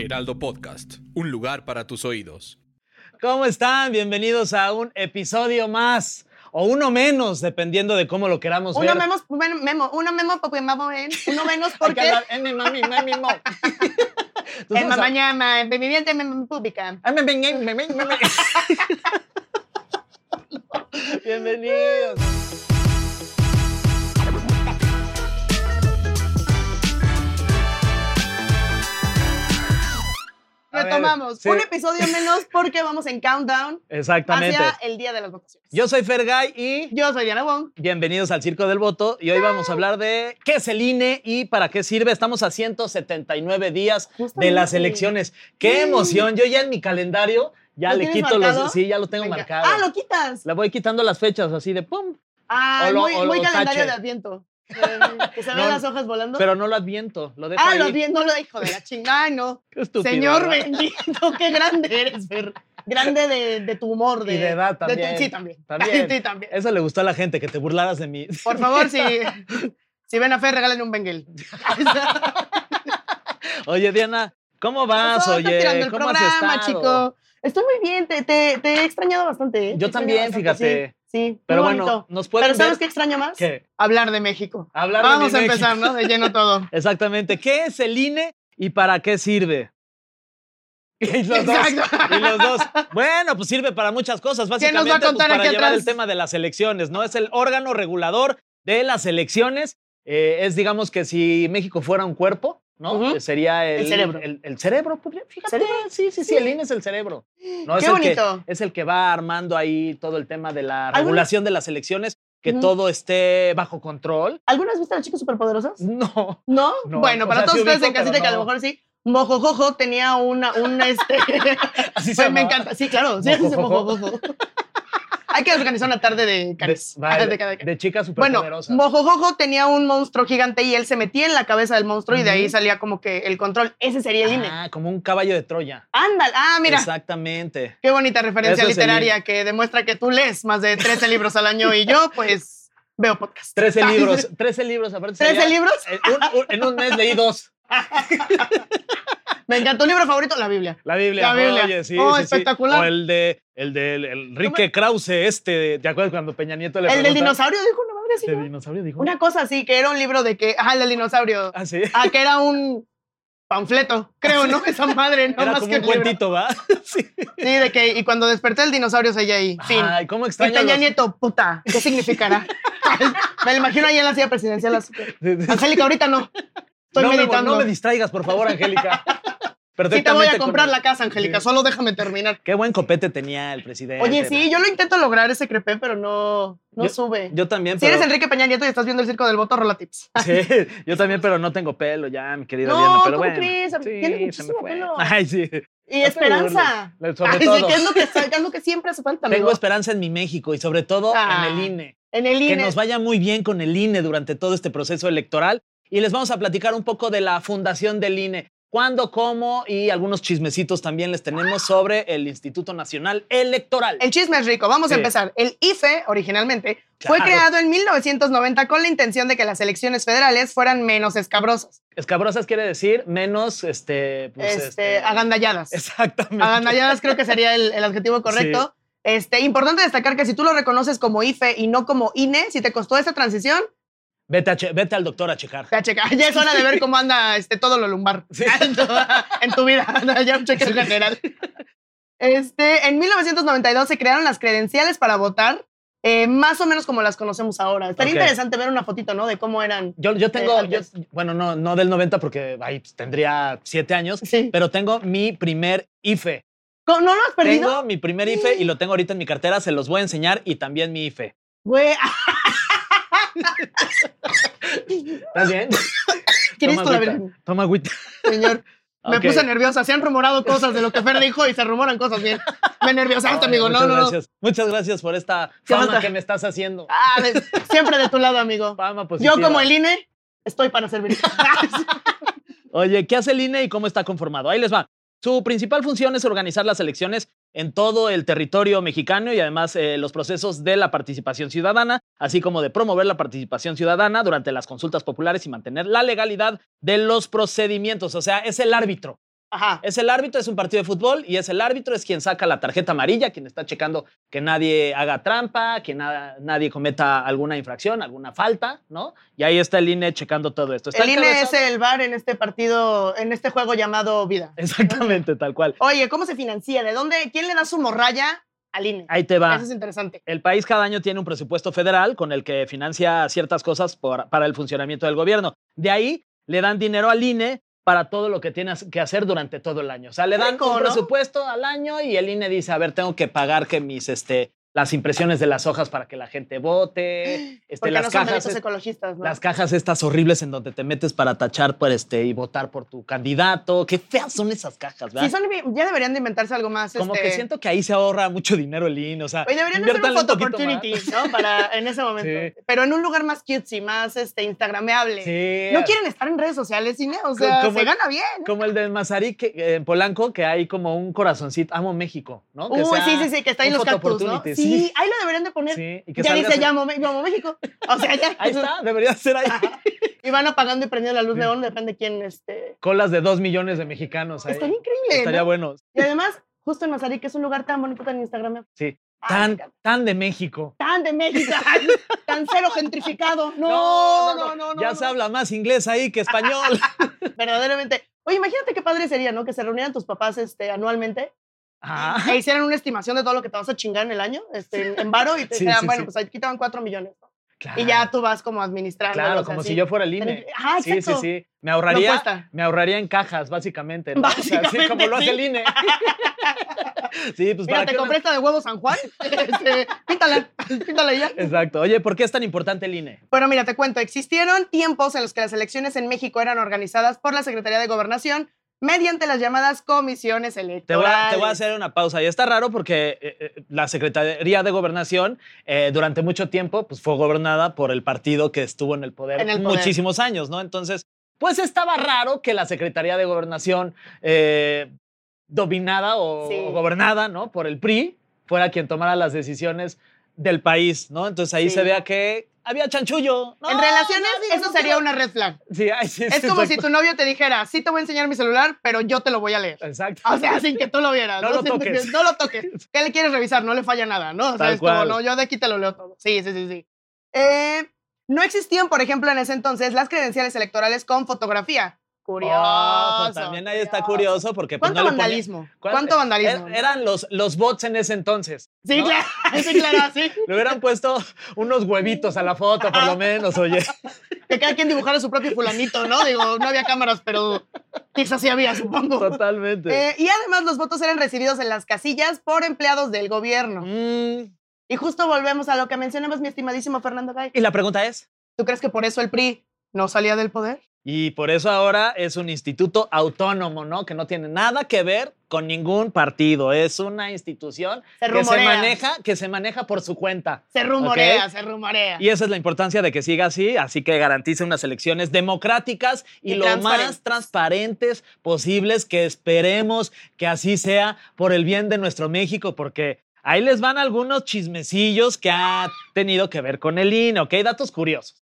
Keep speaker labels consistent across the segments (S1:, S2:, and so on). S1: Heraldo Podcast, un lugar para tus oídos.
S2: ¿Cómo están? Bienvenidos a un episodio más o uno menos, dependiendo de cómo lo queramos
S3: Uno
S2: ver.
S3: menos, bueno, memo, uno menos porque mamá ven, uno
S2: Hay
S3: menos
S2: que
S3: porque
S2: hablar en mi mami, mami, mo. Entonces
S3: en
S2: vamos a-
S3: mamá llama, en mi viviente en pública.
S2: Ay, me, me, me, me, me, me. Bienvenidos. A ver,
S3: Retomamos,
S2: sí.
S3: un episodio menos porque vamos en countdown
S2: Exactamente.
S3: hacia el día de las votaciones.
S2: Yo soy Fergay y
S3: Yo soy Diana Wong.
S2: bienvenidos al Circo del Voto. Y hoy vamos a hablar de qué es el INE y para qué sirve. Estamos a 179 días de
S3: Justamente.
S2: las elecciones. ¡Qué
S3: Sí.
S2: emoción! Yo ya en mi calendario ya
S3: ¿Lo
S2: le
S3: tienes
S2: quito
S3: marcado?
S2: los. Sí, ya lo tengo
S3: Venga.
S2: marcado.
S3: Ah, lo quitas.
S2: Le voy quitando las fechas así de pum,
S3: Ah,
S2: o lo-
S3: muy,
S2: o
S3: muy
S2: lo
S3: calendario
S2: tache.
S3: de adviento. Eh, que se
S2: No,
S3: ven las hojas volando.
S2: pero no lo adviento. Lo dejo
S3: ah,
S2: ahí.
S3: lo adviento, no lo dijo de la chingada, ay, no.
S2: Qué estúpido,
S3: Señor
S2: ¿verdad?
S3: bendito, qué grande eres, Fer. Grande de, de tu humor. De,
S2: Y de edad
S3: tu-
S2: también.
S3: sí, también.
S2: También.
S3: Sí, también.
S2: Eso le gustó a la gente, que te burlaras de mí.
S3: Por favor, si, si ven a Fer, regalen un Benguel.
S2: Oye, Diana, ¿cómo vas?
S3: Nosotros
S2: Oye,
S3: tirando el
S2: ¿cómo
S3: programa,
S2: has estado?
S3: chico. Estoy muy bien, te, te- te he extrañado bastante. ¿eh?
S2: Yo
S3: Te he
S2: también,
S3: extrañado
S2: fíjate.
S3: Sí, sí, muy
S2: Pero bueno,
S3: bonito.
S2: nos puedes
S3: Pero ¿sabes qué extraño más? Hablar de México.
S2: Hablar de
S3: Vamos
S2: mi
S3: a
S2: México.
S3: empezar, ¿no? De lleno todo.
S2: Exactamente. ¿Qué es el INE y para qué sirve? Y los, dos,
S3: Exacto.
S2: y los dos. Bueno, pues sirve para muchas cosas.
S3: ¿Quién nos va
S2: Básicamente
S3: a
S2: pues,
S3: contar
S2: para
S3: aquí
S2: llevar
S3: atrás?
S2: el tema de las elecciones, ¿no? Es el órgano regulador de las elecciones. Eh, es, digamos, que si México fuera un cuerpo, ¿no?
S3: Ujú.
S2: Que Sería el,
S3: El cerebro.
S2: El, el cerebro, pues, fíjate.
S3: ¿Cerebro?
S2: Sí, sí, sí, el INE es el cerebro. No,
S3: Qué
S2: es el que-
S3: bonito.
S2: es el que va armando ahí todo el tema de la
S3: ¿Alguna-
S2: regulación de las elecciones, que
S3: Ujú.
S2: todo esté bajo control.
S3: ¿Alguna vez viste a los chicos superpoderosos?
S2: No.
S3: ¿No?
S2: No,
S3: bueno,
S2: o
S3: para
S2: sea,
S3: todos
S2: sí
S3: ustedes
S2: ubico,
S3: en casita
S2: pero
S3: que a lo
S2: no.
S3: mejor sí. Mojojojo tenía una, un este.
S2: Así
S3: Pues
S2: llamaba.
S3: me encanta. Sí, claro. Sí,
S2: Mojojojo.
S3: mojojojo. Hay que organizar una tarde de canes.
S2: De, vale,
S3: de cada quien.
S2: de chica
S3: Bueno,
S2: superpoderosa.
S3: Mojojojo tenía un monstruo gigante y él se metía en la cabeza del monstruo y de ahí
S2: Ujú.
S3: salía como que el control. Ese sería el INE.
S2: ah, como un caballo de Troya.
S3: Ándale. Ah, mira.
S2: Exactamente.
S3: Qué bonita referencia
S2: Eso es el
S3: literaria que demuestra que tú lees más de 13 libros al año y yo, pues, veo podcast.
S2: 13 libros, 13 libros aparte.
S3: 13
S2: sería-
S3: libros.
S2: En un, un- en un mes leí dos.
S3: Me encantó. ¿Un libro favorito? La Biblia.
S2: La Biblia.
S3: La Biblia.
S2: Oye, sí,
S3: Oh,
S2: sí, sí.
S3: espectacular.
S2: O el de el de el, Enrique Krause este, ¿te acuerdas cuando Peña Nieto le
S3: El del
S2: pregunta-
S3: dinosaurio dijo una madre así.
S2: El
S3: ¿no?
S2: dinosaurio dijo.
S3: Una cosa así, que era un libro de que. Ah, el del dinosaurio.
S2: Ah, sí.
S3: Ah, que era un panfleto, creo, ¿no? Esa madre, no
S2: Ah, Era
S3: más
S2: como
S3: que
S2: un
S3: libro.
S2: cuentito, ¿va? sí.
S3: Sí, de que. Y cuando desperté, el dinosaurio seguía ahí. Fin.
S2: Ay, cómo
S3: Y
S2: extraño.
S3: Peña
S2: los-
S3: Nieto, puta, ¿qué significará? me lo imagino ahí en la silla presidencial. así que, Angélica, ahorita no. Estoy
S2: no, me,
S3: meditando.
S2: no me distraigas, por favor, Angélica.
S3: sí, te voy
S2: Perfectamente
S3: a
S2: con
S3: comprar
S2: el-
S3: la casa, Angélica,
S2: Sí.
S3: solo déjame terminar.
S2: Qué buen copete tenía el presidente.
S3: Oye, sí, yo lo intento lograr ese crepé, pero no, no
S2: Yo-
S3: sube.
S2: Yo también,
S3: si
S2: pero-
S3: eres Enrique Peña Nieto y estás viendo el circo del voto, rola tips.
S2: Sí, yo también, pero no tengo pelo ya, mi querida
S3: No,
S2: Diana. Pero
S3: ¿cómo
S2: bueno,
S3: crees? Tienes
S2: se me
S3: muchísimo
S2: fue.
S3: pelo.
S2: Ay, sí.
S3: Y
S2: No te
S3: esperanza.
S2: burles, sobre
S3: Ay, sí,
S2: todo.
S3: que es lo que, que es lo que siempre hace falta, amigo.
S2: Tengo esperanza en mi México y sobre todo
S3: Ah,
S2: en el INE.
S3: En el E.
S2: Que
S3: INE.
S2: nos vaya muy bien con el INE durante todo este proceso electoral. Y les vamos a platicar un poco de la fundación del INE. Cuándo, cómo y algunos chismecitos también les
S3: Ah.
S2: tenemos sobre el Instituto Nacional Electoral.
S3: El chisme es rico. Vamos a
S2: Sí.
S3: empezar. El IFE, originalmente,
S2: Claro.
S3: fue creado en 1990 con la intención de que las elecciones federales fueran menos escabrosas,
S2: Escabrosas quiere decir menos, este, pues,
S3: este,
S2: este,
S3: agandalladas.
S2: Exactamente.
S3: Agandalladas creo que sería el, el adjetivo correcto. Este, importante destacar que si tú lo reconoces como IFE y no como INE, si te costó esa transición,
S2: Vete, a che- vete al doctor a checar.
S3: ya, checa, ya es hora de ver cómo anda este, todo lo lumbar
S2: Sí.
S3: en, tu, en tu vida. Ya un cheque general. Este, en 1992 se crearon las credenciales para votar, eh, más o menos como las conocemos ahora. Estaría
S2: Ok.
S3: interesante ver una fotito, ¿no? De cómo eran.
S2: Yo, yo tengo,
S3: Eh,
S2: yo-
S3: antes.
S2: bueno, no, no del 90 porque ahí pues, tendría siete años,
S3: Sí.
S2: pero tengo mi primer IFE.
S3: ¿Cómo- ¿No lo has perdido?
S2: E Tengo mi E.
S3: ah,
S2: primer IFE y lo tengo ahorita en mi cartera, se los voy a enseñar y también mi IFE.
S3: Güey.
S2: ¿Estás bien? Toma
S3: Cristo la
S2: agüita,
S3: Virgen,
S2: Toma agüita.
S3: señor. Me
S2: Ok.
S3: puse nerviosa. Se han rumorado cosas de lo que Fer dijo y se rumoran cosas bien. Me nerviosaste, amigo. No,
S2: Muchas
S3: no, no.
S2: gracias. Muchas gracias por esta
S3: ¿Qué
S2: fama
S3: onda?
S2: que me estás haciendo.
S3: Ah, ves, siempre de tu lado, amigo.
S2: Fama positiva.
S3: Yo, como el INE, estoy para servir.
S2: Oye, ¿qué hace el INE y cómo está conformado? Ahí les va. Su principal función es organizar las elecciones en todo el territorio mexicano y además eh, los procesos de la participación ciudadana, así como de promover la participación ciudadana durante las consultas populares y mantener la legalidad de los procedimientos. O sea, es el árbitro.
S3: Ajá.
S2: Es el árbitro, es un partido de fútbol y es el árbitro, es quien saca la tarjeta amarilla, quien está checando que nadie haga trampa, que na- nadie cometa alguna infracción, alguna falta, ¿no? Y ahí está el INE checando todo esto. Está
S3: El INE es
S2: encabezado-
S3: el bar en este partido, en este juego llamado vida.
S2: Exactamente, tal cual.
S3: Oye, ¿cómo se financia? ¿De dónde? ¿Quién le da su morralla al INE?
S2: Ahí te va.
S3: Eso es interesante.
S2: El país cada año tiene un presupuesto federal con el que financia ciertas cosas por- para el funcionamiento del gobierno. De ahí le dan dinero al INE para todo lo que tienes que hacer durante todo el año. O sea, le dan
S3: Rico,
S2: un
S3: ¿no?
S2: presupuesto al año y el INE dice, a ver, tengo que pagar que mis, este, las impresiones de las hojas para que la gente vote, este,
S3: Porque
S2: las
S3: no son
S2: cajas,
S3: delitos ecologistas, ¿no?
S2: las cajas estas horribles en donde te metes para tachar por este y votar por tu candidato. Qué feas son esas cajas, ¿verdad?
S3: Sí, son bien- ya deberían de inventarse algo más.
S2: Como
S3: este,
S2: que siento que ahí se ahorra mucho dinero el INE, o sea,
S3: Oye, deberían hacer un
S2: inviértanle
S3: photo
S2: poquito más.
S3: opportunity, ¿no? Para en ese momento. Pero en un lugar más cutesy, más este, instagrameable.
S2: Sí.
S3: No quieren estar en redes sociales, cine. O sea,
S2: Como-
S3: se gana bien.
S2: Como el de Mazarí que- eh, en Polanco, que hay como un corazoncito, amo México, ¿no? Que
S3: Uy,
S2: sea
S3: sí, sí, sí, que está ahí en
S2: un
S3: los
S2: photo
S3: cactus, ¿no? Sí,
S2: opportunity, sí.
S3: ahí lo deberían de poner.
S2: Sí, y que
S3: Ya Ah.
S2: salga
S3: dice,
S2: su-
S3: llamo, Me- llamo México. O sea, ya.
S2: Ahí está, debería ser ahí.
S3: Y van apagando y prendiendo la luz
S2: Sí.
S3: neón, depende quién. Este...
S2: Colas de dos millones de mexicanos Pues ahí.
S3: Estaría increíble.
S2: Estaría
S3: ¿no?
S2: bueno.
S3: Y además, justo en Mazarí, que es un lugar tan bonito, tan instagrameable.
S2: Sí.
S3: Ay, me
S2: Tan,
S3: encanta.
S2: tan de México.
S3: Tan de México, ay, tan cero gentrificado. No, no, no, no.
S2: Ya
S3: no.
S2: se habla más inglés ahí que español.
S3: Verdaderamente. Oye, imagínate qué padre sería, ¿no? Que se reunieran tus papás este, anualmente
S2: Ah,
S3: e hicieran una estimación de todo lo que te vas a chingar en el año, este, en- en varo, y te
S2: Sí,
S3: dijeran,
S2: sí,
S3: bueno,
S2: sí.
S3: pues aquí te van cuatro millones. ¿no?
S2: claro.
S3: Y ya ah, tú vas como administrando.
S2: Claro, como si yo fuera el INE.
S3: Ah,
S2: Sí, sí,
S3: exacto.
S2: sí. Me ahorraría,
S3: Propuesta.
S2: me ahorraría en cajas, básicamente. ¿no? O sea, sí,
S3: Básicamente,
S2: como lo hace
S3: sí.
S2: el INE. sí, pues
S3: Mira,
S2: para
S3: te
S2: qué no-
S3: compré esta de huevo San Juan. Este, píntala, píntala ya.
S2: Exacto. Oye, ¿por qué es tan importante el INE?
S3: Bueno, mira, te cuento, existieron tiempos en los que las elecciones en México eran organizadas por la Secretaría de Gobernación mediante las llamadas comisiones
S2: Te voy, a,
S3: electorales.
S2: te voy a hacer una pausa. Y está raro porque eh, eh, la Secretaría de Gobernación eh, durante mucho tiempo pues, fue gobernada por el partido que estuvo en el poder
S3: En el poder.
S2: muchísimos años, ¿no? Entonces, pues estaba raro que la Secretaría de Gobernación eh, dominada o,
S3: Sí.
S2: o gobernada, ¿no? Por el PRI fuera quien tomara las decisiones del país, ¿no? Entonces ahí
S3: Sí.
S2: se vea que había chanchullo.
S3: En
S2: No,
S3: relaciones,
S2: no, sí,
S3: eso
S2: no
S3: sería
S2: quiero.
S3: una red flag.
S2: Sí, ay, sí,
S3: Es
S2: sí,
S3: como si
S2: exacto.
S3: tu novio te dijera, sí te voy a enseñar mi celular, pero yo te lo voy a leer.
S2: Exacto.
S3: O sea, sin que tú lo vieras.
S2: No lo
S3: Sin-
S2: toques.
S3: No lo toques. ¿Qué le quieres revisar? No le falla nada, ¿no? O sea,
S2: Tal
S3: es como,
S2: cual.
S3: no, yo de aquí te lo leo todo. Sí, sí, sí, sí. Eh, no existían, por ejemplo, en ese entonces las credenciales electorales con fotografía. Curioso.
S2: Oh, pues, también ahí está curioso porque pues,
S3: ¿Cuánto
S2: no le ponía-
S3: vandalismo? ¿Cuánto vandalismo?
S2: Er- eran los, los bots en ese entonces.
S3: sí,
S2: ¿no?
S3: claro, sí, claro, sí.
S2: Le hubieran puesto unos huevitos a la foto, por lo menos, oye.
S3: Que cada quien dibujara su propio fulanito, ¿no? Digo, no había cámaras, pero quizás sí había, supongo.
S2: Totalmente.
S3: Eh, y además los votos eran recibidos en las casillas por empleados del gobierno.
S2: Mm,
S3: Y justo volvemos a lo que mencionabas, mi estimadísimo Fernando Gay.
S2: y la pregunta es,
S3: ¿Tú crees que por eso el PRI no salía del poder?
S2: y por eso ahora es un instituto autónomo, ¿no? Que no tiene nada que ver con ningún partido. Es una institución
S3: Se
S2: que se
S3: rumorea.
S2: maneja, que se maneja por su cuenta.
S3: Se rumorea,
S2: Ok.
S3: se rumorea.
S2: Y esa es la importancia de que siga así, así que garantice unas elecciones democráticas y,
S3: Y
S2: lo más
S3: transparentes.
S2: transparentes posibles, que esperemos que así sea por el bien de nuestro México, porque ahí les van algunos chismecillos que ha tenido que ver con el INE, ¿ok? Datos curiosos.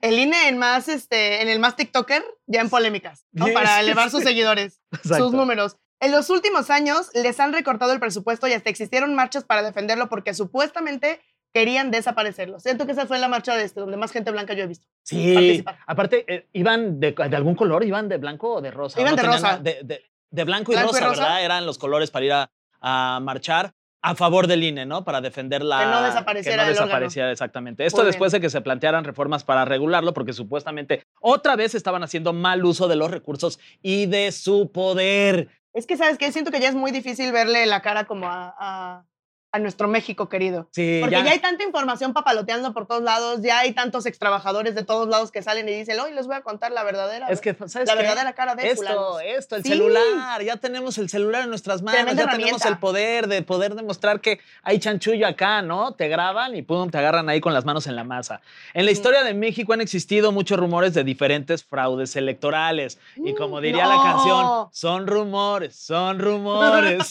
S3: El INE en más, este, en el más TikToker, ya en polémicas, ¿no?
S2: Sí,
S3: Para
S2: sí,
S3: elevar
S2: sí.
S3: sus seguidores,
S2: Exacto.
S3: sus números. En los últimos años les han recortado el presupuesto y hasta existieron marchas para defenderlo porque supuestamente querían desaparecerlo. Siento que esa fue la marcha de este, donde más gente blanca yo he visto.
S2: Sí,
S3: Participar.
S2: aparte, eh, ¿iban de, de algún color? ¿Iban de blanco o de rosa?
S3: Iban de
S2: tenían
S3: rosa.
S2: nada- De, de- de blanco, y,
S3: Blanco y
S2: rosa,
S3: rosa.
S2: ¿verdad? Eran los colores para ir a, a marchar a favor del INE, ¿no? Para defender la...
S3: Que no desapareciera
S2: no
S3: el órgano.
S2: desapareciera, exactamente. Esto
S3: Muy bien.
S2: después de que se plantearan reformas para regularlo, porque supuestamente otra vez estaban haciendo mal uso de los recursos y de su poder.
S3: Es que, ¿sabes qué? Siento que ya es muy difícil verle la cara como a, a- a nuestro México querido.
S2: Sí,
S3: Porque ya. hay tanta información papaloteando por todos lados, ya hay tantos extrabajadores de todos lados que salen y dicen, hoy les voy a contar la verdadera.
S2: Es que, ¿sabes
S3: la
S2: qué?
S3: verdadera cara de
S2: Esto,
S3: fulanos".
S2: esto, el
S3: Sí.
S2: celular. Ya tenemos el celular en nuestras manos.
S3: Tremenda
S2: ya tenemos
S3: herramienta.
S2: el poder de poder demostrar que hay chanchullo acá, ¿no? Te graban y pum, te agarran ahí con las manos en la masa. En
S3: Mm.
S2: la historia de México han existido muchos rumores de diferentes fraudes electorales. Y como
S3: Mm,
S2: diría la
S3: no.
S2: canción, son rumores, son rumores.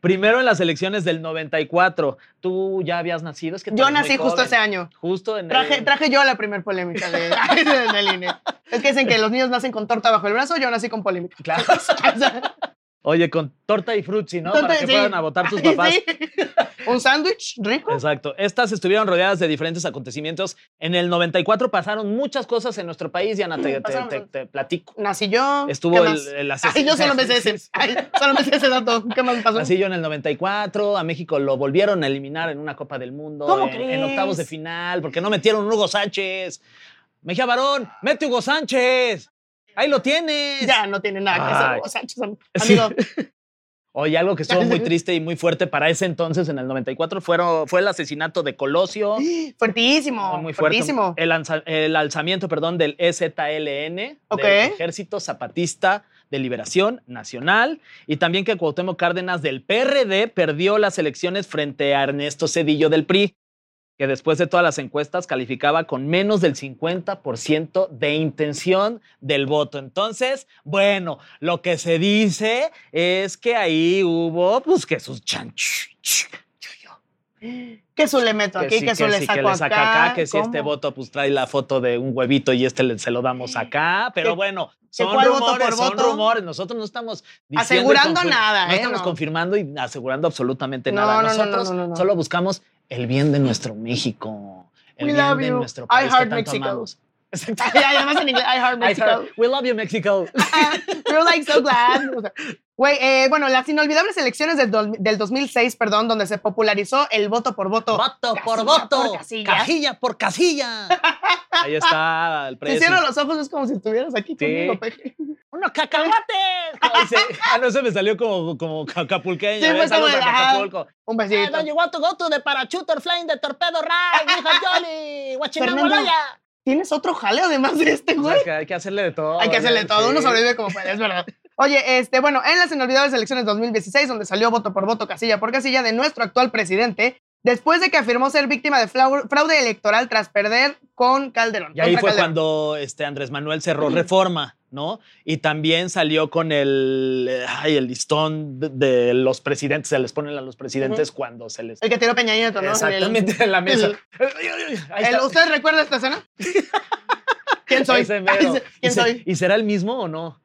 S2: Primero en las elecciones del 94. Tú ya habías nacido. Es que tú
S3: Yo
S2: eres muy
S3: nací justo
S2: joven.
S3: ese año.
S2: Justo en
S3: Traje,
S2: el-
S3: traje yo la primer polémica de, del INE. Es que dicen que los niños nacen con torta bajo el brazo, yo nací con polémica.
S2: Claro. Oye, con torta y frutzi, ¿no? Para
S3: Entonces,
S2: que
S3: sí.
S2: fueran a votar tus
S3: Sí,
S2: papás.
S3: sí. Un sándwich rico.
S2: Exacto. Estas estuvieron rodeadas de diferentes acontecimientos. En el 94 pasaron muchas cosas en nuestro país, Diana, te, te-
S3: Pasaron.
S2: te- te platico.
S3: Nací yo.
S2: Estuvo el,
S3: ¿qué
S2: eh,
S3: más?
S2: el ases-
S3: Ay, yo solo me sé ese. Ay, solo me sé ese dato. ¿Qué más pasó?
S2: Así yo en el 94, a México lo volvieron a eliminar en una Copa del Mundo,
S3: ¿Cómo
S2: en, en
S3: crees?
S2: octavos de final, porque no metieron un Hugo Sánchez. Mejía Barón, mete Hugo Sánchez. Ahí lo tienes.
S3: Ya no tiene nada que
S2: Ay.
S3: hacer. O sea, yo solo-
S2: Sí.
S3: amigo,
S2: Oye, algo que estuvo muy triste y muy fuerte para ese entonces, en el 94, fueron, fue el asesinato de Colosio.
S3: fuertísimo.
S2: muy fuerte.
S3: fuertísimo.
S2: El, alza- el alzamiento, perdón, del E EZLN,
S3: Ok.
S2: del Ejército Zapatista de Liberación Nacional, y también que Cuauhtémoc Cárdenas del PRD perdió las elecciones frente a Ernesto Cedillo del PRI, que después de todas las encuestas calificaba con menos del 50% de intención del voto. Entonces, bueno, lo que se dice es que ahí hubo, pues que sus chanch.
S3: Que su le meto
S2: que
S3: aquí,
S2: sí,
S3: que su le
S2: sí,
S3: saco
S2: que le saca acá, que si
S3: ¿Cómo?
S2: este voto pues trae la foto de un huevito y este le- se lo damos acá, pero
S3: Que-
S2: bueno, son
S3: cuál voto
S2: rumores,
S3: por
S2: son
S3: voto?
S2: rumores, nosotros no estamos diciendo y
S3: Asegurando
S2: confir-
S3: nada,
S2: no
S3: ¿eh?
S2: estamos
S3: No.
S2: confirmando y asegurando absolutamente
S3: No,
S2: nada.
S3: no, no, no,
S2: Nosotros
S3: no, no.
S2: solo buscamos el bien de nuestro México, el
S3: We
S2: bien
S3: love
S2: de
S3: you.
S2: nuestro
S3: I
S2: país que
S3: heart
S2: tanto
S3: Mexico.
S2: amamos. Exacto.
S3: Ay, además en inglés, I heart
S2: I
S3: Mexico.
S2: heart- we love you Mexico.
S3: We're like so glad. O sea, güey, eh, bueno, las inolvidables elecciones del, dos- del 2006, perdón, donde se popularizó el voto por voto.
S2: voto por
S3: Casilla
S2: voto,
S3: por casilla.
S2: casilla por casilla. Ahí está el
S3: Si
S2: precio.
S3: cierro los ojos es como si estuvieras aquí conmigo, Peje.
S2: ¡Unos cacahuates! Como dice- ah, no, se me salió como, como acapulqueño.
S3: Sí,
S2: ¿eh?
S3: fue
S2: Saludos
S3: como de,
S2: a
S3: ajá.
S2: Acapulco.
S3: Un
S2: Eh,
S3: besito.
S2: don't you want to go to the parachuter flying the torpedo ride, mijo Jolly?
S3: Fernando,
S2: Guachinamoloya.
S3: ¿Tienes otro jale además de
S2: O sea,
S3: este, güey?
S2: Pues es que hay que hacerle de todo.
S3: Hay que hacerle
S2: ¿verdad?
S3: todo, uno
S2: Sí.
S3: sobrevive como puede, es verdad. Oye, este, bueno, en las inolvidables elecciones 2016, donde salió voto por voto, casilla por casilla, de nuestro actual presidente, después de que afirmó ser víctima de flau- fraude electoral tras perder con Calderón.
S2: Y ahí
S3: contra
S2: fue
S3: Calderón.
S2: cuando este Andrés Manuel cerró reforma, ¿no? Y también salió con el, eh, ay, el listón de, de los presidentes, se les ponen a los presidentes cuando se les...
S3: El que tiró Peña Nieto, ¿no?
S2: Exactamente, en la mesa.
S3: el-
S2: Ay, ay, ay, ahí
S3: El-
S2: está.
S3: ¿Usted recuerda esta escena? ¿Quién soy?
S2: Ese mero. ¿Y
S3: ¿Quién
S2: se-
S3: soy?
S2: ¿Y será el mismo o no?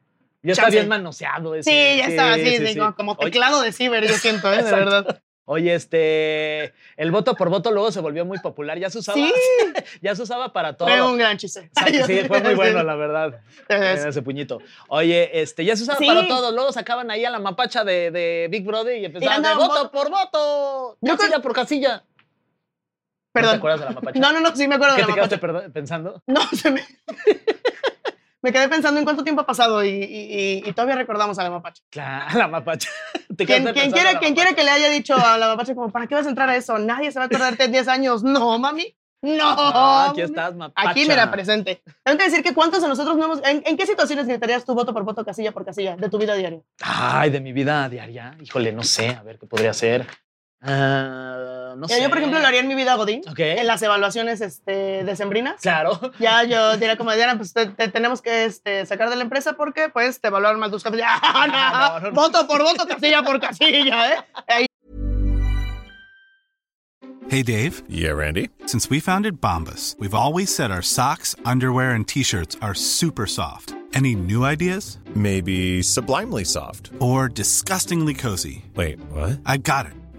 S2: Ya está
S3: Chance.
S2: bien manoseado ese.
S3: Sí, ya estaba así,
S2: sí,
S3: sí,
S2: sí.
S3: como- como
S2: Oye,
S3: teclado de ciber, yo siento, ¿eh? de
S2: Exacto.
S3: verdad.
S2: Oye, este, el voto por voto luego se volvió muy popular, ya se usaba,
S3: Sí,
S2: ya se usaba para todo.
S3: fue un gran chiste.
S2: Exacto, Sí, fue muy bueno, la Eh, verdad.
S3: Es-
S2: Ese puñito. Oye, este, ya se usaba
S3: Sí.
S2: para todo. Luego sacaban ahí a la mapacha de, de Big Brother y empezaban de
S3: andaban
S2: voto por voto.
S3: Yo
S2: casilla por casilla. ¿No te
S3: Perdón.
S2: acuerdas de la mapacha?
S3: No, no, no, sí me acuerdo
S2: ¿Qué
S3: de
S2: te
S3: la
S2: quedaste
S3: mapacha.
S2: perdo- pensando?
S3: No, se me... me quedé pensando en cuánto tiempo ha pasado y, y- y- y todavía recordamos a la mapacha.
S2: Claro, la mapacha. Te quedaste
S3: Quien, quien
S2: pensando en
S3: quiera,
S2: la
S3: quien
S2: mapacha.
S3: quiera que le haya dicho a la mapacha como, ¿para qué vas a entrar a eso? Nadie se va a acordarte en 10 años. No, mami. No.
S2: Ah, aquí
S3: mami.
S2: estás, mapacha.
S3: Aquí, mira, presente. Tengo que decir que cuántos de nosotros no hemos... ¿en, en qué situaciones gritarías tu voto por voto, casilla por casilla, de tu vida diaria?
S2: Ay, de mi vida diaria. Híjole, no sé. A ver qué podría hacer. Ah, no
S3: Mira,
S2: sé.
S3: Yo, por ejemplo, lo haría en mi vida Godín,
S2: Ok.
S3: en las evaluaciones este, decembrinas.
S2: Claro.
S3: Ya yo diría como, Diana, pues te, te tenemos que este, sacar de la empresa porque pues te evaluaron mal tus cafés. ¡Ah, no!
S2: Ah, no, no, no.
S3: Voto por voto, casilla por casilla, ¿eh? Ahí
S4: Hey Dave,
S5: Yeah, Randy.
S4: since we founded Bombus, we've always said our socks, underwear, and t shirts are super soft. Any new ideas?
S5: Maybe sublimely soft.
S4: Or disgustingly cozy?
S5: Wait, what?
S4: I got it,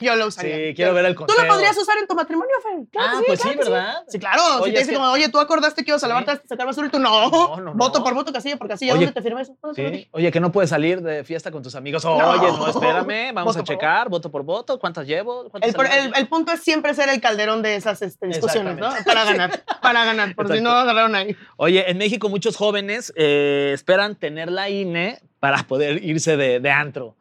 S3: yo lo usaría.
S2: Sí, quiero ver el
S3: Tú lo
S2: conteo.
S3: podrías usar en tu matrimonio, Fer. Claro
S2: Ah,
S3: que
S2: pues
S3: claro
S2: sí,
S3: que
S2: ¿verdad?
S3: Sí, claro.
S2: Oye,
S3: si te
S2: es
S3: dicen
S2: que-
S3: como, oye, tú acordaste que ibas a lavarte hasta sacar basura y tú, no.
S2: No, no,
S3: Voto
S2: no.
S3: por voto, casilla por casilla.
S2: Oye,
S3: ¿Dónde te firmé eso? No, no, no,
S2: Sí.
S3: dije.
S2: Oye, que no puedes salir de fiesta con tus amigos. Oye, no, espérame, vamos
S3: Voto
S2: a
S3: por
S2: checar voto por voto, cuántas llevo. ¿Cuántas
S3: El, pro-
S2: semanas
S3: el- el punto es siempre ser el calderón de esas este, discusiones, ¿no?
S2: Exactamente.
S3: Para ganar, para ganar, por si
S2: Exacto.
S3: no agarraron ahí.
S2: Oye, en México muchos jóvenes eh, esperan tener la INE para poder irse de, de antro.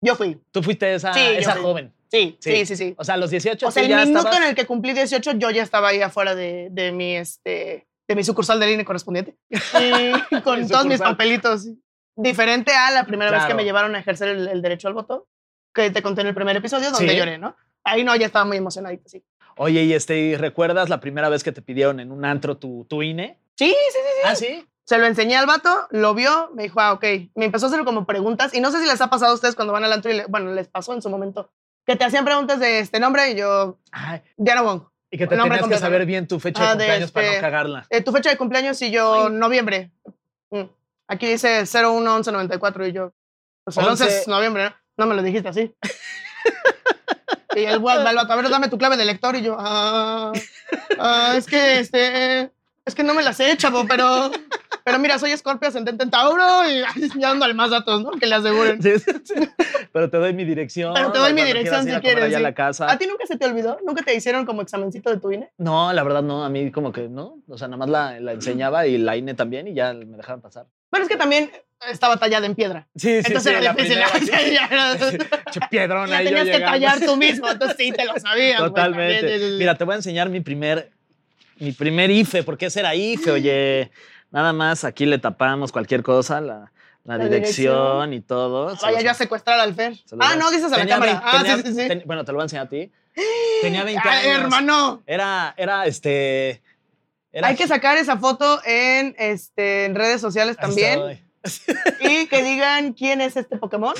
S3: Yo fui.
S2: Tú fuiste esa,
S3: Sí, yo
S2: esa
S3: fui.
S2: joven.
S3: Sí, sí, sí, sí.
S2: O sea, a los 18
S3: O sea,
S2: tú
S3: el
S2: ya
S3: minuto
S2: estabas-
S3: en el que cumplí 18, yo ya estaba ahí afuera de, de mi, este, de mi sucursal del INE correspondiente. Y con todos mis
S2: Sucursal.
S3: papelitos. Diferente a la primera vez que
S2: Claro.
S3: me llevaron a ejercer el, el derecho al voto, que te conté en el primer episodio, donde
S2: Sí.
S3: lloré, ¿no? Ahí no, ya estaba muy emocionadita, sí.
S2: Oye, y este, ¿y ¿recuerdas la primera vez que te pidieron en un antro tu, tu INE?
S3: Sí, sí, sí, sí.
S2: Ah, sí.
S3: Se lo enseñé al vato, lo vio, me dijo, ah, ok. Me empezó a hacer como preguntas. Y no sé si les ha pasado a ustedes cuando van al antro y, le- bueno, les pasó en su momento, que te hacían preguntas de este nombre y yo,
S2: Ay,
S3: Diana Wong.
S2: y que te tenías
S3: Nombre
S2: que
S3: completo,
S2: saber
S3: ¿no?
S2: bien tu fecha
S3: Ah,
S2: de
S3: de
S2: cumpleaños para no
S3: este-
S2: cagarla.
S3: Eh, tu fecha de cumpleaños y yo, noviembre. Mm. Aquí dice 011194 y yo. Pues el 11 es
S2: Once.
S3: noviembre, ¿no? No me lo dijiste así. y el guard- el vato, a ver, dame tu clave de lector y yo, ah, ah, es que este. Es que no me las he chavo, pero. Pero mira, soy Scorpio ascendente en Tauro y ya dándole más datos, ¿no? Que le aseguren.
S2: Sí, sí, sí. Pero te doy mi dirección.
S3: Pero te doy mi
S2: cuando quieras
S3: dirección
S2: ir
S3: si
S2: a comer
S3: quieres.
S2: allá a
S3: sí.
S2: la casa.
S3: ¿A ti nunca se te olvidó? ¿Nunca te hicieron como examencito de tu E? INE?
S2: No, la verdad no, a mí como que no. O sea, nada más la, la enseñaba y la INE también y ya me dejaban pasar.
S3: Bueno, es que también estaba tallada en piedra.
S2: Sí,
S3: Entonces era difícil. Sí, ya era-
S2: Che, piedrón
S3: La
S2: ahí yo
S3: tenías que
S2: llegando.
S3: tallar tú mismo, entonces sí te lo sabías. güey, también, sí, sí,
S2: Totalmente.
S3: sí.
S2: Mira, te voy a enseñar mi primer, mi primer IFE, porque ese era IFE, oye. Nada más aquí le tapamos cualquier cosa, la, la
S3: La
S2: dirección
S3: dirección.
S2: y todo. Se
S3: Vaya
S2: los-
S3: yo a secuestrar al Fer.
S2: se los-
S3: Ah, no, dices a la
S2: Tenía
S3: cámara.
S2: vein-
S3: Ah,
S2: tenía-
S3: sí, sí, sí.
S2: ten- bueno, te lo voy a enseñar a ti. Tenía 20
S3: Ah,
S2: años.
S3: hermano,
S2: Era, era este. era-
S3: hay que sacar esa foto en, este, en redes sociales
S2: Ahí
S3: también
S2: estoy.
S3: y que digan quién es este Pokémon.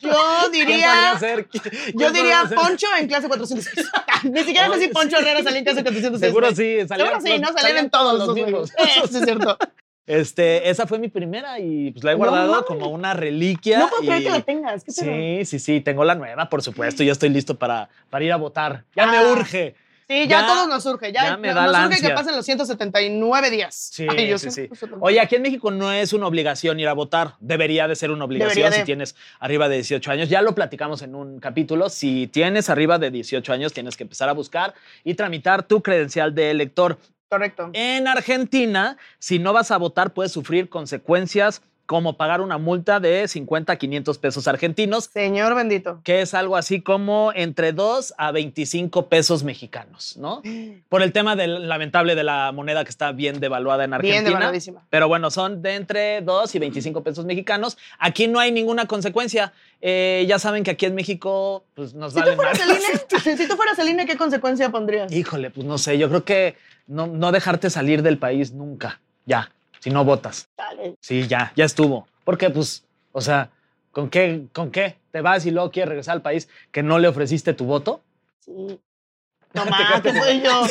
S3: Yo
S2: ¿Quién
S3: diría,
S2: podría ser? ¿Qui-
S3: yo
S2: quién
S3: diría
S2: podría ser?
S3: Poncho en clase 406. Ni siquiera sé si Poncho Herrera salió en clase 406.
S2: Seguro
S3: güey.
S2: sí, salieron
S3: Este, Seguro sí,
S2: los-
S3: no salían
S2: salían
S3: en todos
S2: todos
S3: los Eh.
S2: los
S3: mismos.
S2: mismos.
S3: Sí, es cierto.
S2: Este, esa fue mi primera y pues la he
S3: No
S2: guardado
S3: mames.
S2: como una reliquia.
S3: No puedo creer
S2: y-
S3: que la tengas. ¿qué pedo?
S2: Sí, sí, sí, tengo la nueva, por supuesto. Ya estoy listo para, para ir a votar. Ya me
S3: Ah.
S2: urge.
S3: Sí, ya,
S2: Ya-
S3: a todos nos surge. Ya,
S2: ya me da
S3: nos
S2: la
S3: surge que
S2: ansia.
S3: pasen los 179 días.
S2: Sí,
S3: Ay, yo
S2: sí, sí.
S3: siempre-
S2: Oye, aquí en México no es una obligación ir a votar. Debería de ser una obligación
S3: Debería de.
S2: si tienes arriba de 18 años. Ya lo platicamos en un capítulo. Si tienes arriba de 18 años, tienes que empezar a buscar y tramitar tu credencial de elector.
S3: Correcto.
S2: En Argentina, si no vas a votar, puedes sufrir consecuencias como pagar una multa de 50 a 500 pesos argentinos,
S3: Señor bendito.
S2: que es algo así como entre 2 a 25 pesos mexicanos, ¿no? Por el tema del lamentable de la moneda que está bien devaluada en Argentina.
S3: Bien devaluadísima.
S2: Pero bueno, son de entre 2 y 25 pesos mexicanos. Aquí no hay ninguna consecuencia. Eh, ya saben que aquí en México pues, nos
S3: Si
S2: vale
S3: tú, fueras el
S2: madre.
S3: INE, si tú fueras el INE, ¿qué consecuencia pondrías?
S2: Híjole, pues no sé, yo creo que no, no dejarte salir del país nunca, ya, si no votas.
S3: Dale.
S2: Sí, ya, ya estuvo. Porque, pues, o sea, ¿con qué, ¿con qué te vas y luego quieres regresar al país que no le ofreciste tu voto?
S3: Sí. No más, que soy yo.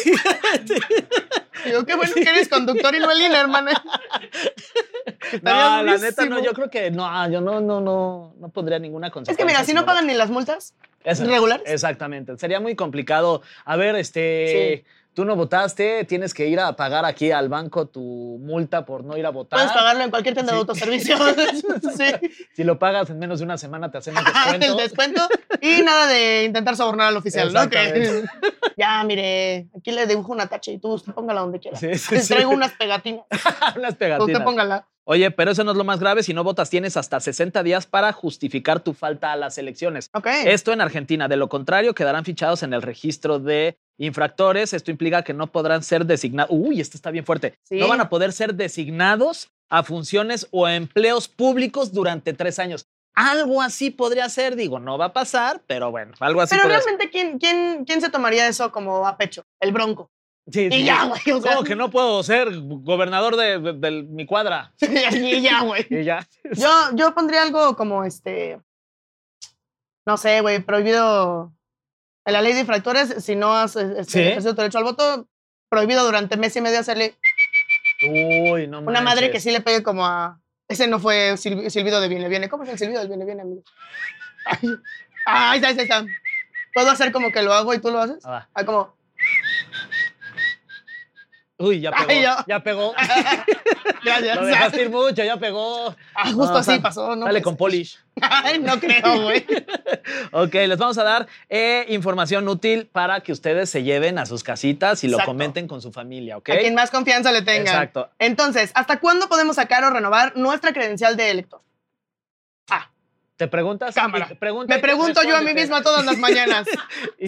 S3: Digo, qué bueno que eres conductor y no el INE, hermana.
S2: No,
S3: Estaría
S2: la neta, no,
S3: durísimo.
S2: yo creo que no, yo no, no, no, no pondría ninguna
S3: Es
S2: consecuencia.
S3: que mira, si no pagan ni las multas,
S2: Eso,
S3: regulares.
S2: Exactamente, sería muy complicado. A ver, este, tú no votaste, tienes que ir a pagar aquí al banco tu multa por no ir a votar.
S3: puedes pagarlo en cualquier tienda de
S2: Ah. Sí.
S3: autoservicio. sí.
S2: Si lo pagas en menos de una semana te hacemos
S3: Ah,
S2: descuento.
S3: El descuento. Y nada de intentar sobornar al oficial, ¿no? Que,
S2: Exactamente.
S3: ya, mire, aquí le dibujo una tacha y tú usted póngala donde quiera.
S2: Sí, sí,
S3: Les
S2: sí.
S3: traigo unas pegatinas.
S2: Unas
S3: Usted
S2: pegatinas.
S3: póngala.
S2: Oye, pero eso no es lo más grave. Si no votas, tienes hasta 60 días para justificar tu falta a las elecciones.
S3: Ok.
S2: Esto en Argentina. De lo contrario, quedarán fichados en el registro de infractores. Esto implica que no podrán ser designados. Uy, esto está bien fuerte.
S3: Sí.
S2: No van a poder ser designados a funciones o empleos públicos durante tres años. Algo así podría ser, digo, no va a pasar, pero bueno, algo así
S3: Pero
S2: podría ser.
S3: realmente, ¿quién, quién, ¿quién se tomaría eso como a pecho? El bronco.
S2: Sí,
S3: Y
S2: sí.
S3: ya, güey. O sea,
S2: ¿Cómo que no puedo ser gobernador de, de- de mi cuadra?
S3: y ya, güey.
S2: Y ya.
S3: Yo, yo pondría algo como este. No sé, güey, prohibido. En la ley de infractores, si no has este,
S2: Sí.
S3: ejercido tu derecho al voto, prohibido durante mes y medio hacerle
S2: Uy, no
S3: una madre que
S2: manches.
S3: sí le pegue como a. Ese no fue silbi- silbido de viene, viene. ¿Cómo es el silbido del viene, viene, amigo? Ay, Ah, ahí está, ahí está, ahí está. ¿Puedo hacer como que lo hago y tú lo haces?
S2: Ah, va.
S3: Ah, como.
S2: Uy, ya pegó.
S3: Ay, yo.
S2: Ya pegó.
S3: Gracias.
S2: Lo dejaste ir mucho, ya pegó.
S3: Ah, justo
S2: No,
S3: así
S2: sal-
S3: pasó, ¿no?
S2: Sale
S3: Pues-
S2: con polish.
S3: Ay, no creo, güey.
S2: Ok, les vamos a dar eh, información útil para que ustedes se lleven a sus casitas y lo
S3: Exacto.
S2: comenten con su familia, ¿ok?
S3: A quien más confianza le tengan.
S2: Exacto.
S3: Entonces, ¿hasta cuándo podemos sacar o renovar nuestra credencial de elector? Ah,
S2: ¿Te preguntas?
S3: Cámara.
S2: y- pregunta
S3: me
S2: y
S3: pregunto yo a mí
S2: respóndete.
S3: misma todas las mañanas.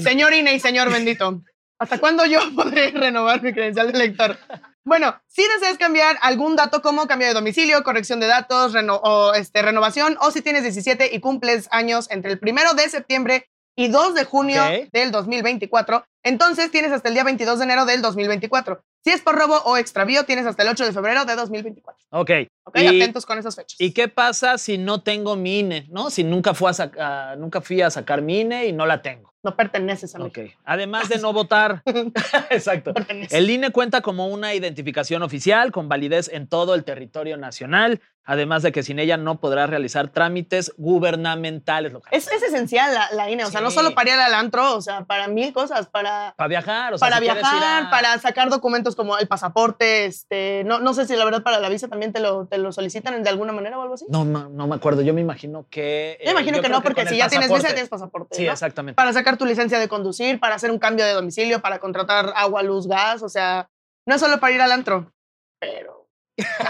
S3: Señor Ine y señor bendito, ¿hasta cuándo yo podré renovar mi credencial de elector? Bueno, si deseas cambiar algún dato como cambio de domicilio, corrección de datos, reno- o, este, renovación, o si tienes 17 y cumples años entre el primero de septiembre y 2 de junio
S2: Ok.
S3: del 2024, entonces tienes hasta el día 22 de enero del 2024. Si es por robo o extravío, tienes hasta el 8 de febrero de 2024.
S2: Ok.
S3: ¿Ok?
S2: Y-
S3: Atentos con esas fechas.
S2: ¿Y qué pasa si no tengo mi INE, no? Si nunca, fui a sac- a- nunca fui a sacar mi INE y no la tengo.
S3: no perteneces a mí.
S2: Ok. Además de no votar. Exacto.
S3: Pertenece.
S2: El INE cuenta como una identificación oficial con validez en todo el territorio nacional, además de que sin ella no podrás realizar trámites gubernamentales locales.
S3: Es, es esencial la, la INE, o sea, no
S2: Sí.
S3: solo para ir al antro, o sea, para mil cosas, para,
S2: Para viajar, o sea,
S3: para
S2: si quieres ir
S3: viajar,
S2: a-
S3: para sacar documentos como el pasaporte, este, no, no sé si la verdad para la visa también te lo, te lo solicitan de alguna manera o algo así.
S2: No, ma- no me acuerdo, yo me imagino Eh, que...
S3: yo imagino que no, porque si ya tienes visa, tienes pasaporte.
S2: Sí,
S3: ¿no?
S2: exactamente.
S3: Para sacar tu licencia de conducir, para hacer un cambio de domicilio, para contratar agua, luz, gas, o sea, no es solo para ir al antro, pero...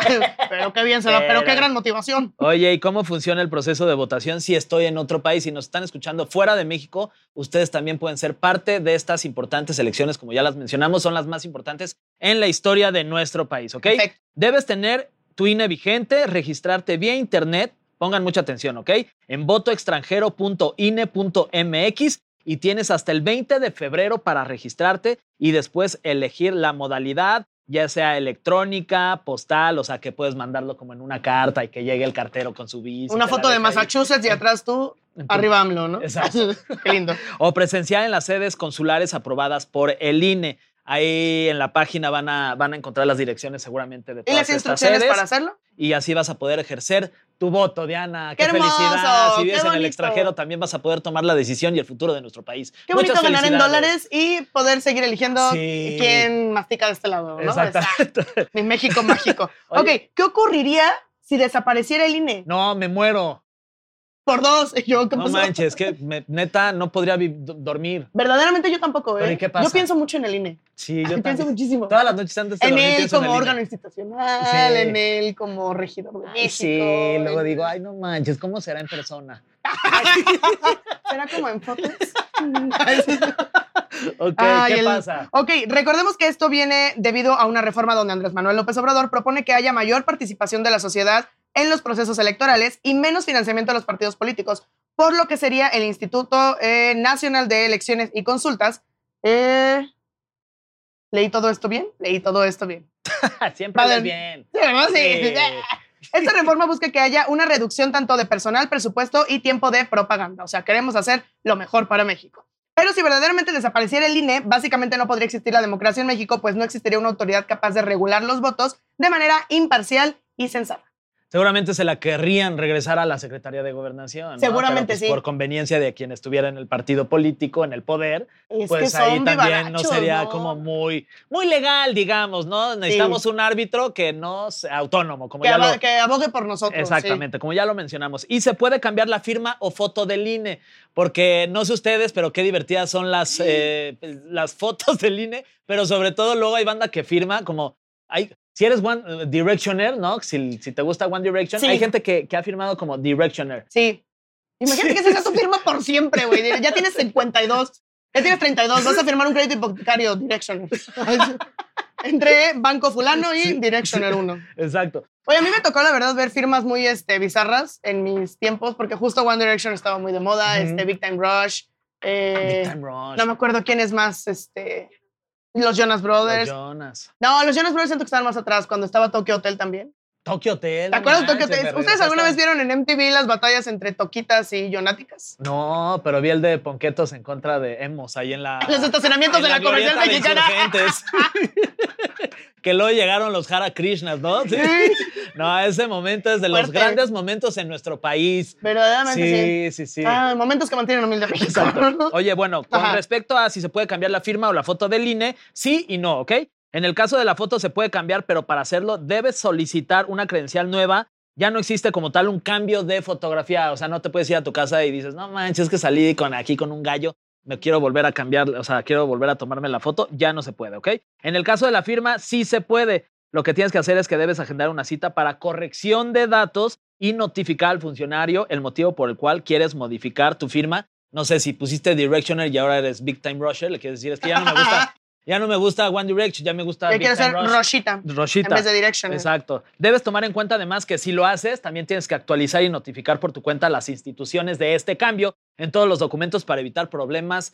S3: pero qué bien se va, pero qué
S2: Pero-
S3: gran motivación.
S2: Oye, ¿y cómo funciona el proceso de votación si estoy en otro país y nos están escuchando fuera de México? Ustedes también pueden ser parte de estas importantes elecciones, como ya las mencionamos, son las más importantes en la historia de nuestro país, ¿ok?
S3: Perfecto.
S2: Debes tener tu INE vigente, registrarte vía internet, pongan mucha atención, ¿ok? En E votoextranjero.ine.mx y tienes hasta el 20 de febrero para registrarte y después elegir la modalidad, ya sea electrónica, postal, o sea, que puedes mandarlo como en una carta y que llegue el cartero con su visa.
S3: Una foto de Massachusetts y atrás tú, arriba AMLO, ¿no?
S2: Exacto.
S3: qué lindo.
S2: O presencial en las sedes consulares aprobadas por el INE. Ahí en la página van a, van a encontrar las direcciones seguramente de
S3: ¿Y
S2: todas
S3: las
S2: estas
S3: instrucciones
S2: sedes.
S3: para hacerlo?
S2: y así vas a poder ejercer tu voto, Diana. ¡Qué,
S3: ¡Qué hermoso!
S2: felicidad! Si vives
S3: ¡Qué
S2: en el
S3: bonito!
S2: extranjero, también vas a poder tomar la decisión y el futuro de nuestro país.
S3: Qué
S2: Muchas
S3: bonito ganar en
S2: felicidades.
S3: dólares y poder seguir eligiendo
S2: Sí.
S3: quién mastica de este lado, ¿no? Exacto.
S2: Exactamente.
S3: Mi México mágico. ok,
S2: Oye.
S3: ¿qué ocurriría si desapareciera el INE?
S2: No, me muero.
S3: Por dos. Y Yo, ¿qué
S2: No
S3: pasó?
S2: manches, que me- neta no podría vi- do- dormir.
S3: Verdaderamente yo tampoco, ¿eh?
S2: Pero, ¿y qué pasa?
S3: Yo pienso mucho en el INE.
S2: Sí,
S3: Yo
S2: yo
S3: pienso
S2: también.
S3: muchísimo.
S2: Todas las noches antes de
S3: en
S2: dormir
S3: él
S2: pienso en
S3: como
S2: el
S3: órgano
S2: INE.
S3: institucional,
S2: Sí.
S3: en él como regidor de
S2: Ay,
S3: México.
S2: Sí, luego
S3: en-
S2: digo, ay, no manches, ¿cómo será en persona?
S3: ¿Será como en fotos?
S2: Ok,
S3: Ay,
S2: ¿qué
S3: el-
S2: pasa?
S3: Ok, recordemos que esto viene debido a una reforma donde Andrés Manuel López Obrador propone que haya mayor participación de la sociedad en los procesos electorales y menos financiamiento a los partidos políticos, por lo que sería el Instituto eh, Nacional de Elecciones y Consultas. Eh, ¿Leí todo esto bien? Leí todo esto bien.
S2: Siempre
S3: Padre.
S2: ves bien.
S3: Sí, ¿verdad? Sí.
S2: Sí.
S3: Esta reforma busca que haya una reducción tanto de personal, presupuesto y tiempo de propaganda. O sea, queremos hacer lo mejor para México. Pero si verdaderamente desapareciera el INE, básicamente no podría existir la democracia en México, pues no existiría una autoridad capaz de regular los votos de manera imparcial y sensata.
S2: Seguramente se la querrían regresar a la Secretaría de Gobernación. ¿no?
S3: Seguramente
S2: Pero, pues,
S3: sí.
S2: Por conveniencia de quien estuviera en el partido político, en el poder,
S3: Es que
S2: pues
S3: son
S2: ahí también no
S3: vivarachos,
S2: sería
S3: ¿no?
S2: como muy, muy legal, digamos, ¿no? Necesitamos un árbitro que no sea autónomo, como
S3: Que,
S2: ya
S3: aba-
S2: lo.
S3: que abogue por nosotros. sí.
S2: Exactamente, como ya lo mencionamos. Y se puede cambiar la firma o foto del INE, porque no sé ustedes, pero qué divertidas son las, eh, las fotos del INE, pero sobre todo luego hay banda que firma como, hay, si eres One eh, Directioner, ¿no? Si, si te gusta One Direction,
S3: Sí.
S2: hay gente que, que ha firmado como Directioner.
S3: Sí. Imagínate que esa sea tu firma por siempre, güey. Ya tienes 52, ya tienes 32, vas a firmar un crédito hipotecario, Directioner. Entre Banco Fulano y Directioner 1.
S2: Exacto.
S3: Oye, a mí me tocó, la verdad, ver firmas muy este, bizarras en mis tiempos, porque justo One Direction estaba muy de moda, este, Big Time Rush, eh,
S2: Big Time Rush.
S3: no me acuerdo quién es más, este, los Jonas Brothers.
S2: Los Jonas.
S3: no, los Jonas Brothers siento que estaban más atrás, cuando estaba Tokyo Hotel también.
S2: Tokyo Hotel.
S3: ¿Te
S2: no
S3: acuerdas de Tokyo
S2: manches,
S3: Hotel?
S2: me
S3: ¿Ustedes alguna vez
S2: regresaste.
S3: vieron en MTV las batallas entre Toquitas y Jonáticas?
S2: No, pero vi el de Ponquetos en contra de Emos ahí en la.
S3: Los estacionamientos de la Comercial
S2: glorieta de
S3: Mexicana.
S2: Insurgentes. que luego llegaron los Hara Krishnas, ¿no? Sí. No, ese momento es de los
S3: Fuerte. Ah,
S2: grandes momentos en nuestro país.
S3: Verdaderamente sí.
S2: Sí, sí, sí.
S3: Ah, momentos que mantienen humilde a México.
S2: Exacto. Oye, bueno, con
S3: Ajá.
S2: respecto a si se puede cambiar la firma o la foto del INE, sí y no, ¿ok? En el caso de la foto se puede cambiar, pero para hacerlo debes solicitar una credencial nueva. Ya no existe como tal un cambio de fotografía, o sea, no te puedes ir a tu casa y dices, no manches, es que salí con aquí con un gallo, me quiero volver a cambiar, o sea, quiero volver a tomarme la foto, ya no se puede, ¿ok? En el caso de la firma, sí se puede. Lo que tienes que hacer es que debes agendar una cita para corrección de datos y notificar al funcionario el motivo por el cual quieres modificar tu firma. No sé si pusiste Directioner y ahora eres Big Time Rusher, le quieres decir, es que ya no me gusta, ya no me gusta One Direction, ya me gusta
S3: Yo
S2: Big
S3: quiero
S2: Time
S3: ser
S2: Rush".
S3: Roshita.
S2: Roshita.
S3: En vez de Direction.
S2: Exacto. Debes tomar en cuenta además que si lo haces, también tienes que actualizar y notificar por tu cuenta a las instituciones de este cambio en todos los documentos para evitar problemas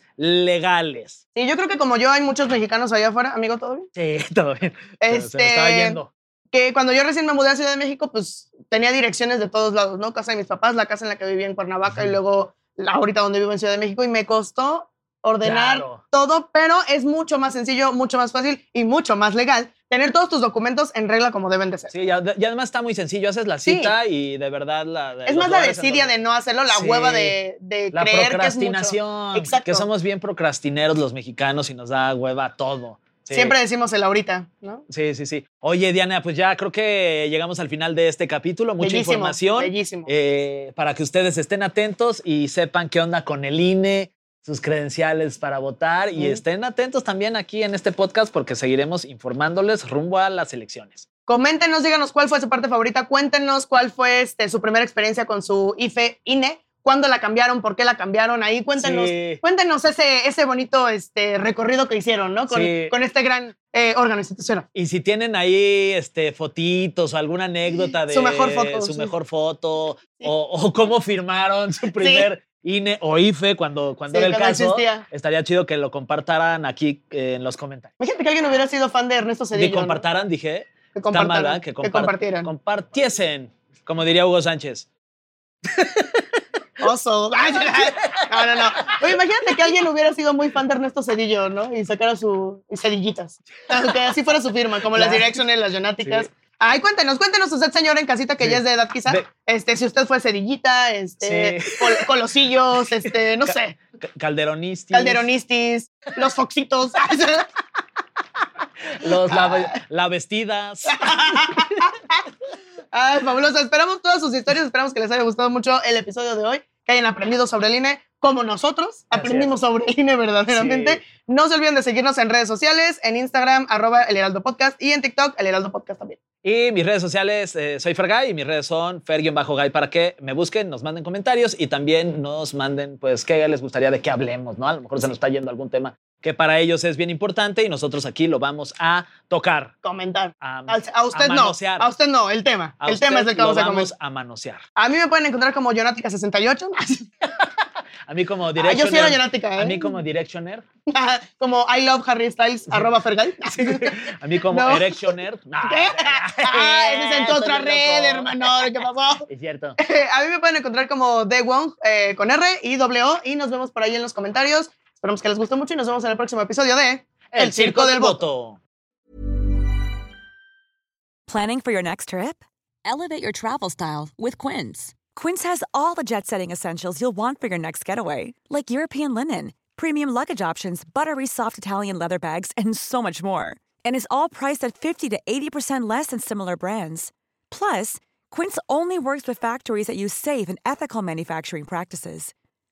S2: legales.
S3: Sí, yo creo que como yo hay muchos mexicanos allá afuera, amigo, todo bien.
S2: Sí, todo bien. Pero Se me
S3: Este,
S2: estaba yendo.
S3: Que cuando yo recién me mudé a Ciudad de México, pues tenía direcciones de todos lados, ¿no? Casa de mis papás, la casa en la que vivía en Cuernavaca y luego la ahorita donde vivo en Ciudad de México y me costó ordenar
S2: Claro.
S3: todo, pero es mucho más sencillo, mucho más fácil y mucho más legal tener todos tus documentos en regla como deben de ser.
S2: Sí, y ad- y además está muy sencillo. Haces la
S3: Sí.
S2: cita y de verdad la.
S3: es más la desidia de no hacerlo, la
S2: Sí.
S3: hueva de, de
S2: La
S3: creer que es mucho.
S2: procrastinación.
S3: Exacto.
S2: Que somos bien procrastineros los mexicanos y nos da hueva todo. Sí.
S3: Siempre decimos el ahorita, ¿no?
S2: Sí, sí, sí. Oye, Diana, pues ya creo que llegamos al final de este capítulo. Mucha
S3: Bellísimo,
S2: información.
S3: bellísimo.
S2: Eh, para que ustedes estén atentos y sepan qué onda con el INE, sus credenciales para votar y
S3: Mm.
S2: estén atentos también aquí en este podcast porque seguiremos informándoles rumbo a las elecciones.
S3: Coméntenos, díganos cuál fue su parte favorita, cuéntenos cuál fue este, su primera experiencia con su E, IFE INE, cuándo la cambiaron, por qué la cambiaron ahí, cuéntenos,
S2: Sí.
S3: cuéntenos ese, ese bonito este, recorrido que hicieron, ¿no? Con,
S2: Sí.
S3: con este gran eh, órgano institucional.
S2: Y si tienen ahí este, fotitos o alguna anécdota de
S3: Su mejor foto,
S2: su
S3: sí.
S2: mejor foto o, o cómo firmaron su primer INE o IFE cuando, cuando
S3: Sí,
S2: era el
S3: cuando
S2: caso,
S3: existía.
S2: estaría chido que lo compartaran aquí eh, en los comentarios.
S3: Imagínate que alguien hubiera sido fan de Ernesto
S2: Que
S3: Cedillo. ¿no?
S2: compartaran, dije.
S3: Que
S2: Está mal,
S3: compartaran,
S2: ¿verdad?
S3: que
S2: compar-
S3: compartieran.
S2: Compartiesen, como diría Hugo Sánchez.
S3: Oso. Ay, No, no, no. Oye, imagínate que alguien hubiera sido muy fan de Ernesto Cedillo, ¿no? Y sacara su y cedillitas. Claro, Que así fuera su firma, como las
S2: Claro.
S3: direcciones, las genáticas.
S2: Sí.
S3: Ay, cuéntenos, cuéntenos usted, señor, en casita, que
S2: Sí.
S3: ya es de edad quizá,
S2: Ve-
S3: este, si usted fue cerillita, este,
S2: Sí.
S3: col- colosillos, este, no sé,
S2: Ca- Calderonistas.
S3: calderonistis, los foxitos.
S2: Los lave- lavestidas.
S3: Ay, Ah, fabuloso. Esperamos todas sus historias, esperamos que les haya gustado mucho el episodio de hoy, que hayan aprendido sobre el INE como nosotros aprendimos sobre el INE verdaderamente.
S2: Sí.
S3: No se olviden de seguirnos en redes sociales, en Instagram, arroba el Heraldo Podcast y en TikTok, el Heraldo Podcast también.
S2: Y mis redes sociales, eh, soy Fergay y mis redes son Fer-Gay para que me busquen, nos manden comentarios y también nos manden, pues, qué les gustaría de qué hablemos, ¿no? A lo mejor se nos está yendo algún tema que para ellos es bien importante y nosotros aquí lo vamos a tocar.
S3: Comentar.
S2: A,
S3: A, a usted no.
S2: manosear.
S3: A usted no, el tema.
S2: A
S3: el tema es
S2: usted
S3: el que vamos
S2: lo
S3: a
S2: vamos
S3: comentar.
S2: a manosear.
S3: A mí me pueden encontrar como Jonática68.
S2: A mí como
S3: Ah, yo sí era
S2: directioner.
S3: Yonática, ¿eh?
S2: A mí como directioner.
S3: como I love Harry Styles, arroba Fergal.
S2: A mí como
S3: No.
S2: erectioner. No,
S3: ¿Qué? Ah, ese es en tu
S2: Estoy
S3: otra
S2: bien
S3: red,
S2: loco.
S3: hermano. ¿Qué pasó?
S2: Es cierto.
S3: A mí me pueden encontrar como The Wong eh, con R y W y nos vemos por ahí en los comentarios. Esperamos que les guste mucho y nos vemos en el próximo episodio de
S2: El circo del voto.
S6: Planning for your next trip?
S7: Elevate your travel style with Quince.
S6: Quince has all the jet setting essentials you'll want for your next getaway, like European linen, premium luggage options, buttery soft Italian leather bags, and so much more. And is all priced at 50 to 80% less than similar brands. Plus, Quince only works with factories that use safe and ethical manufacturing practices.